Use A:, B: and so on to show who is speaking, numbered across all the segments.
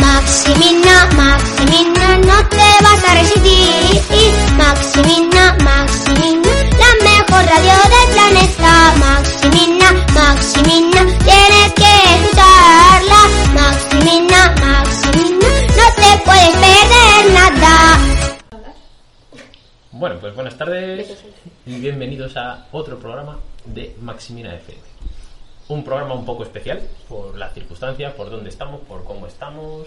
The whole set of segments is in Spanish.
A: Maximina, Maximina, no te vas a resistir. Maximina, Maximina, la mejor radio del planeta. Maximina, Maximina, tienes que escucharla. Maximina, Maximina, no te puedes perder nada.
B: Bueno, pues buenas tardes y bienvenidos a otro programa de Maximina FM. Un programa un poco especial por las circunstancias, por dónde estamos, por cómo estamos.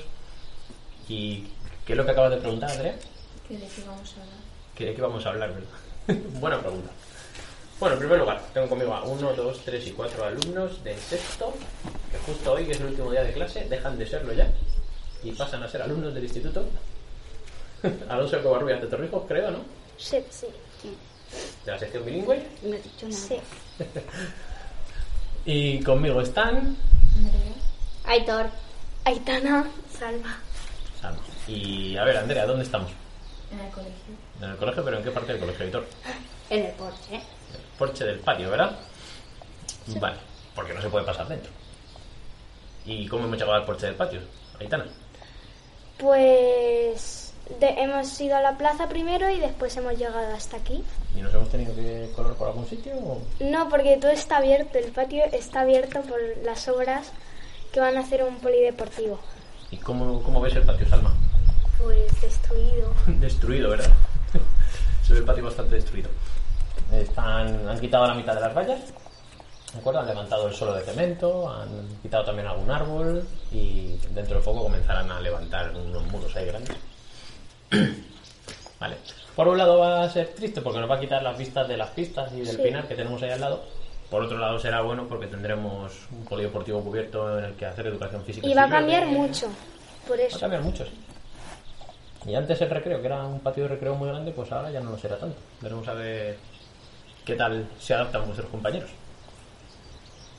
B: ¿Y qué es lo que acabas de preguntar, Andrea?
C: ¿Qué de qué vamos a hablar?
B: ¿Qué- ¿De qué vamos a hablar, verdad? Buena pregunta. Bueno, en primer lugar, tengo conmigo a 1, 2, 3 y 4 alumnos de sexto, que justo hoy, que es el último día de clase, dejan de serlo ya y pasan a ser alumnos del instituto. Alonso Covarrubias de Torrijos, creo, ¿no?
D: Sí, sí.
B: De la sección bilingüe.
D: No he dicho nada.
A: Sí.
B: Y conmigo están
C: Aitor.
D: Aitana, salva.
B: Salma. Y a ver, Andrea, ¿dónde estamos?
C: En el colegio.
B: En el colegio, pero ¿en qué parte del colegio, editor?
D: En el porche. ¿eh?
B: El porche del patio, ¿verdad? Vale, porque no se puede pasar dentro. ¿Y cómo hemos llegado al porche del patio, Aitana?
D: Pues de- hemos ido a la plaza primero y después hemos llegado hasta aquí.
B: ¿Y nos hemos tenido que colar por algún sitio? o?
D: No, porque todo está abierto, el patio está abierto por las obras que van a hacer un polideportivo.
B: ¿Y cómo, cómo ves el patio, Salma?
D: Pues destruido.
B: destruido, ¿verdad? se ve el patio bastante destruido. Están, han quitado la mitad de las vallas, ¿de acuerdo? Han levantado el suelo de cemento, han quitado también algún árbol y dentro de poco comenzarán a levantar unos muros ahí grandes. vale. Por un lado va a ser triste porque nos va a quitar las vistas de las pistas y del
D: Sí.
B: pinar que tenemos ahí al lado. Por otro lado será bueno porque tendremos un polideportivo cubierto en el que hacer educación física.
D: Y va a
B: Sí, creo
D: cambiar
B: que-
D: mucho, por
B: Va a
D: eso.
B: cambiar mucho, sí. Y antes el recreo, que era un patio de recreo muy grande, pues ahora ya no lo será tanto. Veremos a ver qué tal se adaptan vuestros compañeros.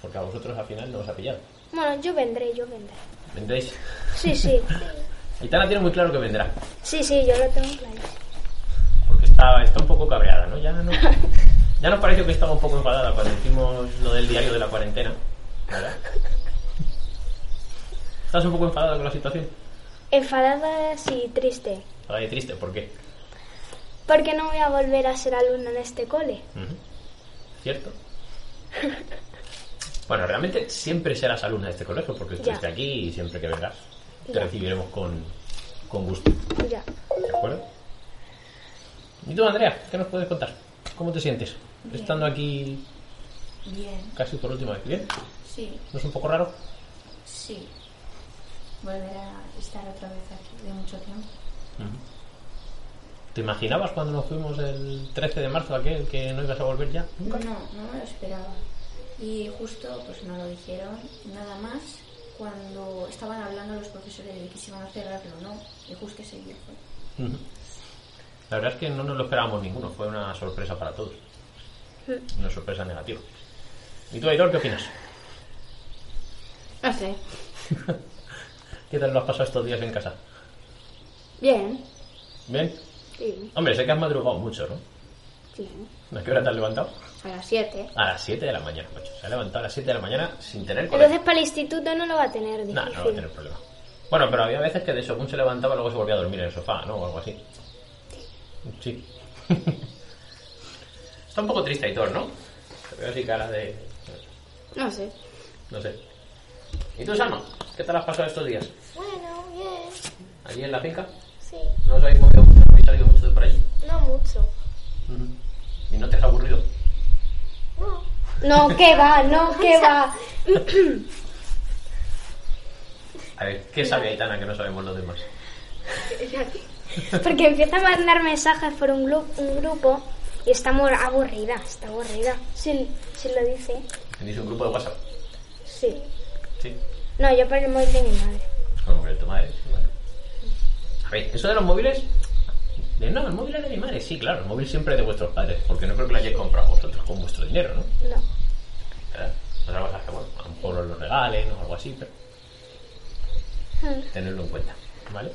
B: Porque a vosotros al final no os ha pillado.
D: Bueno, yo vendré, yo vendré.
B: ¿Vendréis?
D: Sí, sí.
B: Aitana tiene muy claro que vendrá.
D: Sí, sí, yo lo tengo claro.
B: Porque está, está un poco cabreada, ¿no? Ya, no ya nos pareció que estaba un poco enfadada cuando hicimos lo del diario de la cuarentena. ¿Verdad? ¿Estás un poco enfadada con la situación?
D: Enfadada, sí, triste.
B: Ahora de triste, ¿por qué?
D: Porque no voy a volver a ser alumna en este cole.
B: Ujú. ¿Cierto? Bueno, realmente siempre serás alumna de este colegio porque estuviste
D: Ya.
B: aquí y siempre que vengas te
D: Ya.
B: recibiremos con, con gusto.
D: Ya.
B: ¿De acuerdo? ¿Y tú, Andrea? ¿Qué nos puedes contar? ¿Cómo te sientes? Estando aquí
C: Bien.
B: casi por última vez. ¿Bien?
C: Sí,
B: ¿No es un poco raro?
C: sí. Volver a estar otra vez aquí de mucho tiempo.
B: ¿Te imaginabas cuando nos fuimos el 13 de marzo aquel que no ibas a volver ya?
C: No, no me lo esperaba. Y justo pues no lo dijeron nada más cuando estaban hablando los profesores de que si van a cerrarlo o no. Y justo ese día fue.
B: Ujú. La verdad es que no nos lo esperábamos ninguno, fue una sorpresa para todos. Una sorpresa negativa. ¿Y tú, Aitor, qué opinas?
E: No sé.
B: ¿Qué tal lo has pasado estos días en casa?
E: Bien.
B: ¿Bien?
E: Sí.
B: Hombre, sé que has madrugado mucho, ¿no?
E: Sí.
B: ¿A qué hora te has levantado?
E: A las 7.
B: A las 7 de la mañana, macho. Se ha levantado a las 7 de la mañana sin tener
D: Entonces para el instituto no lo va a tener difícil.
B: No, no va a tener problema. Bueno, pero había veces que de según se levantaba luego se volvía a dormir en el sofá, ¿no? O algo así. Sí. Está un poco triste, Aitor, ¿no? Te veo así cara de...
E: No sé.
B: No sé. ¿Y tú, Salma? ¿Qué tal has pasado estos días?
D: Bueno, bien,
B: ¿Allí en la finca?
D: sí,
B: ¿No os habéis movido mucho? ¿No habéis salido mucho de por allí?
D: no mucho.
B: ¿Y no te has aburrido?
D: No, que va, no, que va.
B: A ver, ¿qué sabe Aitana que no sabemos los demás?
D: Porque empieza a mandar mensajes por un, glu- un grupo y está muy aburrida, está aburrida. Si, si lo dice,
B: Tenéis un grupo de WhatsApp.
D: sí.
B: Sí.
D: No, yo por el móvil de mi madre.
B: Como que tu madre. sí, bueno. eh, A ver, eso de los móviles. de, no, el móvil es de mi madre. Sí, claro, el móvil siempre es de vuestros padres. Porque no creo que lo hayáis comprado vosotros con vuestro dinero, ¿no?
D: No.
B: Claro. Otra cosa es que, bueno, a lo mejor os lo regalen o algo así, pero. Tenerlo en cuenta, ¿vale?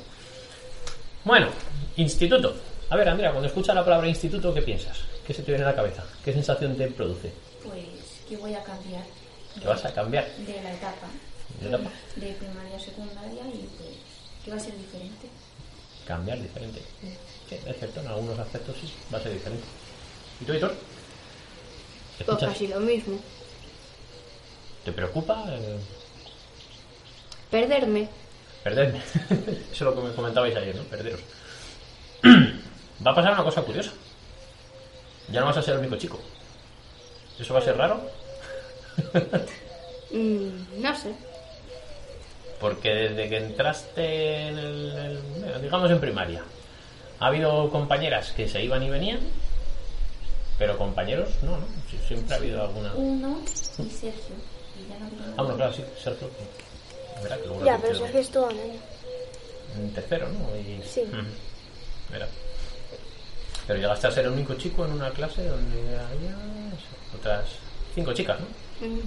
B: Bueno, instituto. A ver, Andrea, cuando escuchas la palabra instituto, ¿qué piensas? ¿Qué se te viene a la cabeza? ¿Qué sensación te produce?
C: Pues que voy a cambiar
B: ¿Te vas a cambiar?
C: de la etapa
B: ¿De etapa?
C: de primaria a secundaria y pues que va a ser diferente.
B: Cambiar diferente. Sí, es cierto, en algunos aspectos sí, va a ser diferente. ¿Y tú, Víctor? ¿Te
E: Pues
B: escuchas?
E: casi lo mismo.
B: ¿Te preocupa eh,
E: Perderme.
B: perderme? Eso es lo que me comentabais ayer, ¿no? Perderos. va a pasar una cosa curiosa. Ya no vas a ser el único chico. ¿Eso va a ser raro?
E: Mm, no sé.
B: Porque desde que entraste en el, el- digamos en primaria, ha habido compañeras que se iban y venían, pero compañeros no, ¿no? Sí, Siempre ha habido alguna...
C: Uno y Sergio. Y ya no tengo
B: Ah, bueno, claro, sí, Sergio. Verá que luego lo
D: Ya,
B: has
D: pero
B: dicho
D: Sergio estuvo un año.
B: En tercero, ¿no? Y-
D: Sí.
B: Ujú. Verá. Pero llegaste a ser el único chico en una clase donde había eso, otras cinco chicas, ¿no?
E: Mm,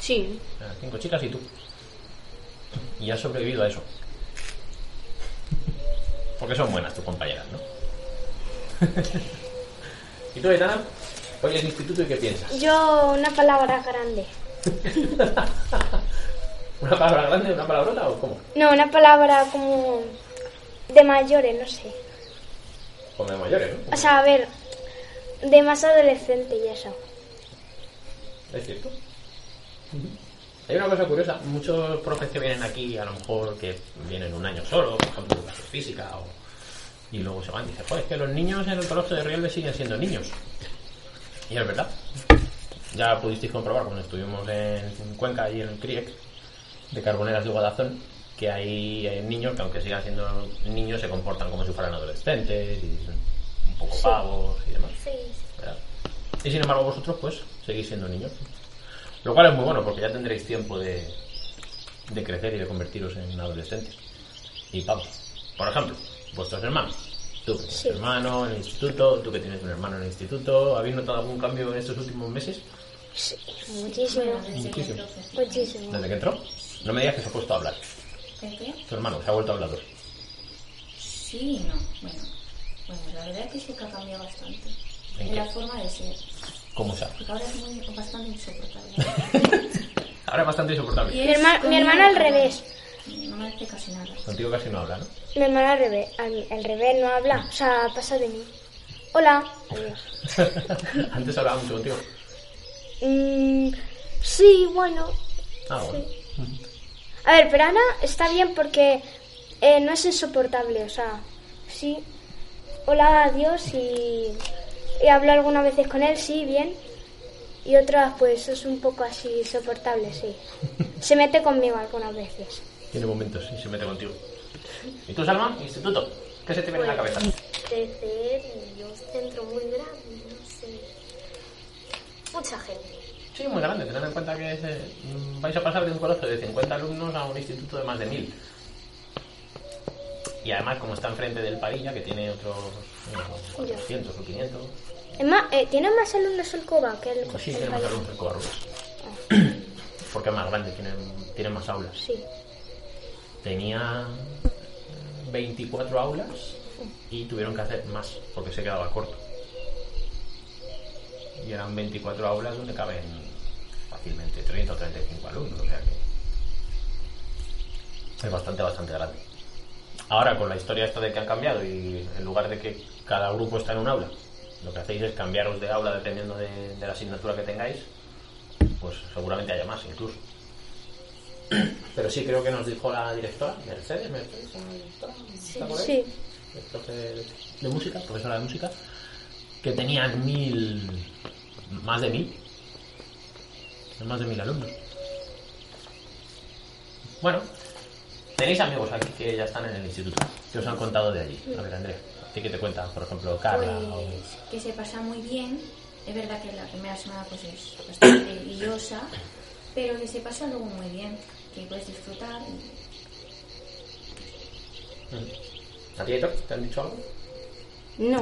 E: sí.
B: Ah, Cinco chicas y tú. Y has sobrevivido a eso. Porque son buenas tus compañeras, ¿no? ¿Y tú, Aitana? Hoy es instituto y ¿qué piensas?
D: Yo, una palabra grande.
B: ¿Una palabra grande, una palabrota o cómo?
D: No, una palabra como de mayores, no sé.
B: Como de mayores, ¿no?
D: O sea, a ver, de más adolescente y eso.
B: Es cierto. Hay una cosa curiosa, muchos profes que vienen aquí, a lo mejor que vienen un año solo, por ejemplo, educación física, o- y luego se van y dicen, joder, es que los niños en el colegio de Rielbe siguen siendo niños. Y es verdad. Ya pudisteis comprobar cuando estuvimos en Cuenca y en el CRIEC de Carboneras de Guadazón, que hay eh, niños que aunque sigan siendo niños se comportan como si fueran adolescentes y son un poco pavos y demás. ¿verdad? Y sin embargo vosotros pues seguís siendo niños. Lo cual es muy bueno porque ya tendréis tiempo de, de crecer y de convertiros en adolescentes. Y vamos, por ejemplo, vuestros hermanos. Tú que tienes
D: Sí.
B: hermano en el instituto, tú que tienes un hermano en el instituto. ¿Habéis notado algún cambio en estos últimos meses?
D: Sí, muchísimo,
C: Desde que
B: Muchísimo.
C: entró Sergio.
D: muchísimo.
B: Desde que entró. No me digas que se ha puesto a hablar.
C: ¿El qué?
B: Tu hermano se ha vuelto hablador.
C: Sí y no. Bueno, bueno, la verdad es que sí que ha cambiado bastante.
B: ¿En
C: ¿En,
B: qué?
C: la forma de ser.
B: ¿Cómo se habla?
C: Porque ahora es muy, bastante insoportable.
B: Ahora es bastante
C: Y
B: insoportable.
D: Mi
C: es
D: herma- mi
C: como-
D: hermana al revés.
C: No me hace casi nada.
B: Contigo casi no habla, ¿no?
D: Mi hermana al revés, al, al revés no habla, o sea, pasa de mí. Hola, adiós.
B: Antes hablaba mucho contigo.
D: Mm, sí, bueno.
B: Ah, bueno.
D: A ver, pero Ana está bien porque eh, no es insoportable, o sea, sí. Hola, adiós y, y hablo algunas veces con él, sí, bien. Y otras, pues es un poco así insoportable, sí. Se mete conmigo algunas veces.
B: Tiene momentos y se mete contigo. ¿Y tú, Salma? Instituto. ¿Qué se te viene a la cabeza?
F: Crecer y un centro muy grande, no sé. Mucha gente.
B: Sí, muy grande. Tened en cuenta que es, eh, mm, vais a pasar de un colegio de 50 alumnos a un instituto de más de 1000. Y además, como está enfrente del Padilla, que tiene otros unos 400 o 500,
D: Es más, eh, tiene más alumnos el Coba que el,
B: pues sí,
D: el
B: tiene más
D: Valle.
B: alumnos que el Covarrubias. Porque es más grande, tiene, tiene más aulas.
D: Sí.
B: tenía 24 aulas y tuvieron que hacer más porque se quedaba corto. Y eran 24 aulas donde caben fácilmente 30 o 35 alumnos, o sea que es bastante, bastante grande. Ahora con la historia esta de que han cambiado y en lugar de que cada grupo está en un aula, lo que hacéis es cambiaros de aula dependiendo de, de la asignatura que tengáis, pues seguramente haya más incluso. Pero sí creo que nos dijo la directora, Mercedes, Mercedes, ¿la directora? ¿Está por ahí?
D: Sí.
B: el profe de, de música, profesora de música, que tenían mil, más de mil, más de mil alumnos. Bueno, tenéis amigos aquí que ya están en el instituto. ¿Qué os han contado de allí? A ver, Andrea, ¿a ti qué te cuentan? Por ejemplo, Carla. o-
C: Pues que se pasa muy bien. Es verdad que la primera semana pues es bastante liosa, pero que se pasa luego muy bien, que puedes disfrutar. y-
B: ¿A ti, Aitor, ¿Te han dicho algo?
E: No.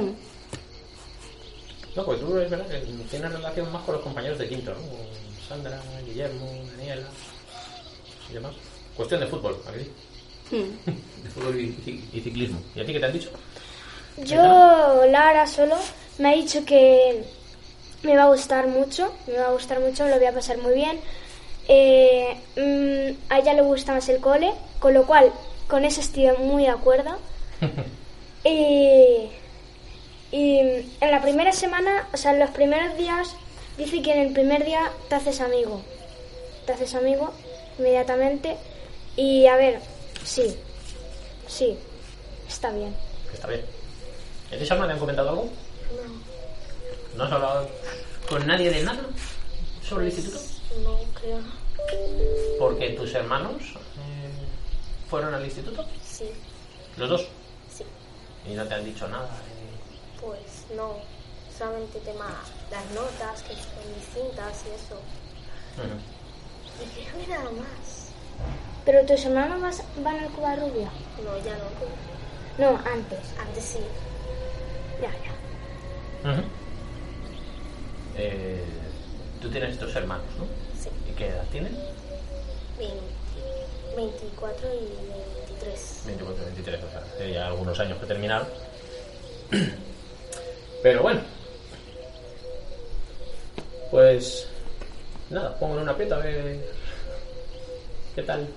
B: No, pues tú es verdad que tienes relación más con los compañeros de quinto, ¿no? Con Sandra, Guillermo, Daniela y demás. Cuestión de fútbol, ¿a que sí?
E: Hmm.
B: De fútbol y, y- y ciclismo. ¿Y a ti qué te han dicho?
D: Yo, Lara solo, me ha dicho que me va a gustar mucho, me va a gustar mucho, lo voy a pasar muy bien. Eh, mm, a ella le gusta más el cole, con lo cual con eso estoy muy de acuerdo. y, y en la primera semana, o sea, en los primeros días, dice que en el primer día te haces amigo. Te haces amigo inmediatamente. Y a ver, sí, sí, está bien.
B: Que está bien. ¿Y a ti, Salma, te han comentado algo?
F: No,
B: ¿No has hablado con nadie de nada sobre el instituto?
F: no creo.
B: Porque tus hermanos eh, fueron al instituto,
F: Sí,
B: los dos,
F: sí.
B: y no te han dicho nada. eh.
F: Pues no. Solamente tema las notas que son distintas y eso.
B: Ujú.
F: Y creo que nada más.
D: Pero tus hermanos vas- van al Cuba Rubia.
F: No, ya no.
D: No, antes.
F: Antes sí.
D: Ya, ya.
B: Ujú. Eh, tú tienes dos hermanos, ¿no?
F: Sí.
B: ¿Y qué edad tienen?
F: 20, 24 y 23.
B: 24, 23, o sea, hace ya algunos años que terminaron. Pero bueno. Pues nada, pongo en una peta a ver qué tal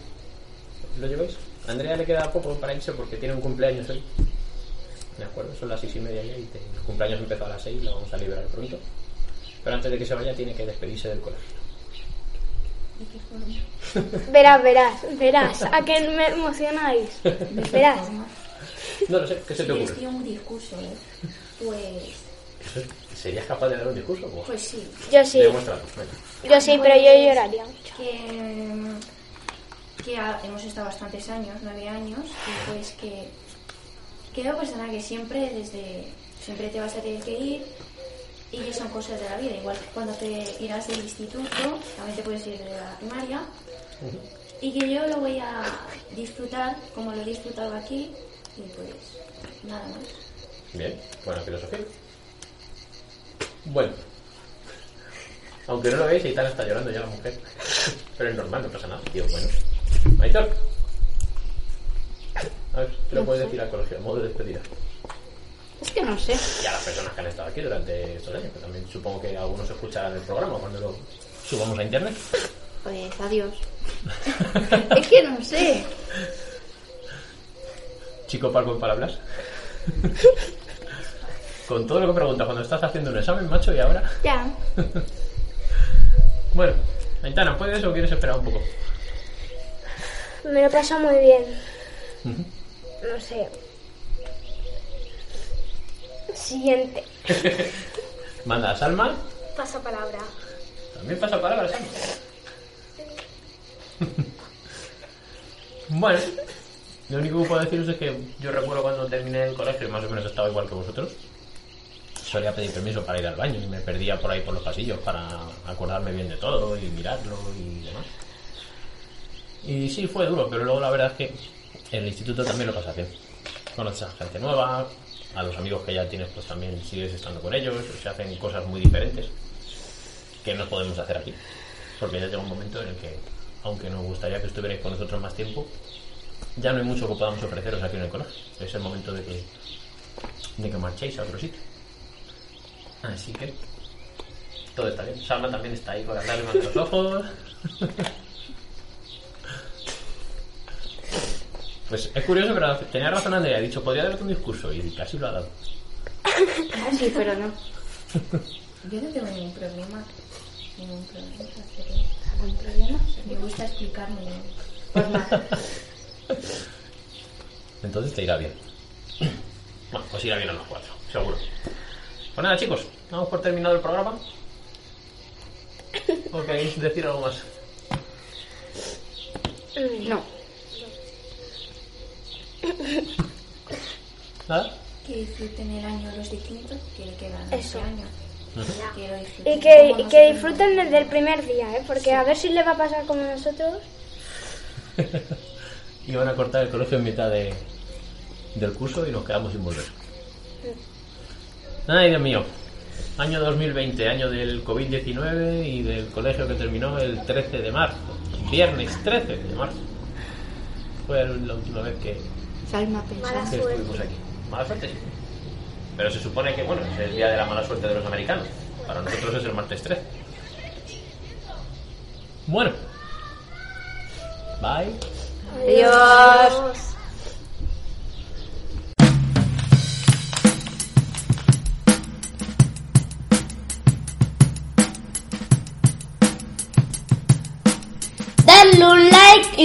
B: lo lleváis. A Andrea le queda poco para irse porque tiene un cumpleaños hoy. De acuerdo, son las seis y media ya y te- el cumpleaños empezó a las 6, lo vamos a liberar pronto. Pero antes de que se vaya tiene que despedirse del colegio.
D: Verás, verás, verás. ¿A qué me emocionáis? Verás.
B: No lo sé, Ah. ¿qué se
C: Si
B: te
C: quieres
B: ocurre?
C: que un discurso, ¿eh? pues,
B: ¿Serías capaz de dar un discurso? Buah,
C: pues sí.
D: Yo sí,
B: Demuéstralo, venga.
D: yo sí, pero yo lloraría mucho.
C: que, que ha- hemos estado bastantes años, nueve años, y pues que creo personal que siempre desde siempre te vas a tener que ir y que son cosas de la vida. Igual que cuando te irás del instituto, también te puedes ir de la primaria. Y que yo lo voy a disfrutar como lo he disfrutado aquí y pues nada más.
B: Bien, buena filosofía. Bueno. Aunque no lo veáis, Aitana está llorando ya la mujer. Pero es normal, no pasa nada, tío. Bueno. Aitor. A ver, ¿qué le puedes decir al colegio? Modo de despedida.
E: Es que no sé.
B: Y a las personas que han estado aquí durante estos años, que también supongo que algunos escucharán el programa cuando lo subamos a internet.
E: Pues adiós. es que no sé.
B: Chico parco en palabras. Con todo lo que preguntas cuando estás haciendo un examen, macho, y ahora.
E: Ya.
B: Bueno, Aitana, ¿puedes o quieres esperar un poco?
D: Me lo paso muy bien. No sé. Siguiente.
B: Manda a Salma.
F: Pasa palabra.
B: También pasa ¿eh? palabra, Salma. bueno, lo único que puedo deciros es que yo recuerdo cuando terminé el colegio, más o menos estaba igual que vosotros. Solía pedir permiso para ir al baño y me perdía por ahí por los pasillos para acordarme bien de todo y mirarlo y demás. Y sí, fue duro, pero luego la verdad es que en el instituto también lo pasas bien. Conoces a gente nueva, a los amigos que ya tienes pues también sigues estando con ellos, se hacen cosas muy diferentes que no podemos hacer aquí. Porque ya llega un momento en el que, aunque nos gustaría que estuvierais con nosotros más tiempo, ya no hay mucho que podamos ofreceros aquí en el colegio. Es el momento de que, de que marchéis a otro sitio. Así que todo está bien. Salma también está ahí con las lágrimas de los ojos. Pues es curioso, pero tenía razón Andrea. Ha dicho, podría darte un discurso y casi lo ha dado.
E: Sí, pero no.
C: Yo no tengo ningún problema. Ningún problema.
E: ¿Algún problema?
C: pero Me gusta explicarme.
E: Pues nada.
B: Entonces te irá bien. Bueno, pues irá bien a los cuatro, seguro. Pues nada, chicos, vamos por terminado el programa. ¿O queréis decir algo más?
E: No.
B: ¿Ah?
C: Que disfruten el año los distintos que le quedan a
D: Eso.
C: ese año. Que lo disfruten
D: Y que,
C: como
D: y que
C: nosotros.
D: disfruten desde el primer día, ¿eh? Porque a ver si les va a pasar como a nosotros.
B: Y van a cortar el colegio en mitad de, del curso y nos quedamos sin volver. Ay, Dios mío. Año 2020, año del COVID-19 y del colegio que terminó el 13 de marzo. Viernes 13 de marzo. Fue la última vez que,
E: Salma
F: Mala
E: pensando.
B: que
F: suerte.
B: estuvimos aquí. Mala suerte, sí. Pero se supone que, bueno, es el día de la mala suerte de los americanos. Para nosotros es el martes 13. Bueno. Bye.
E: Adiós.
A: Dadle un like y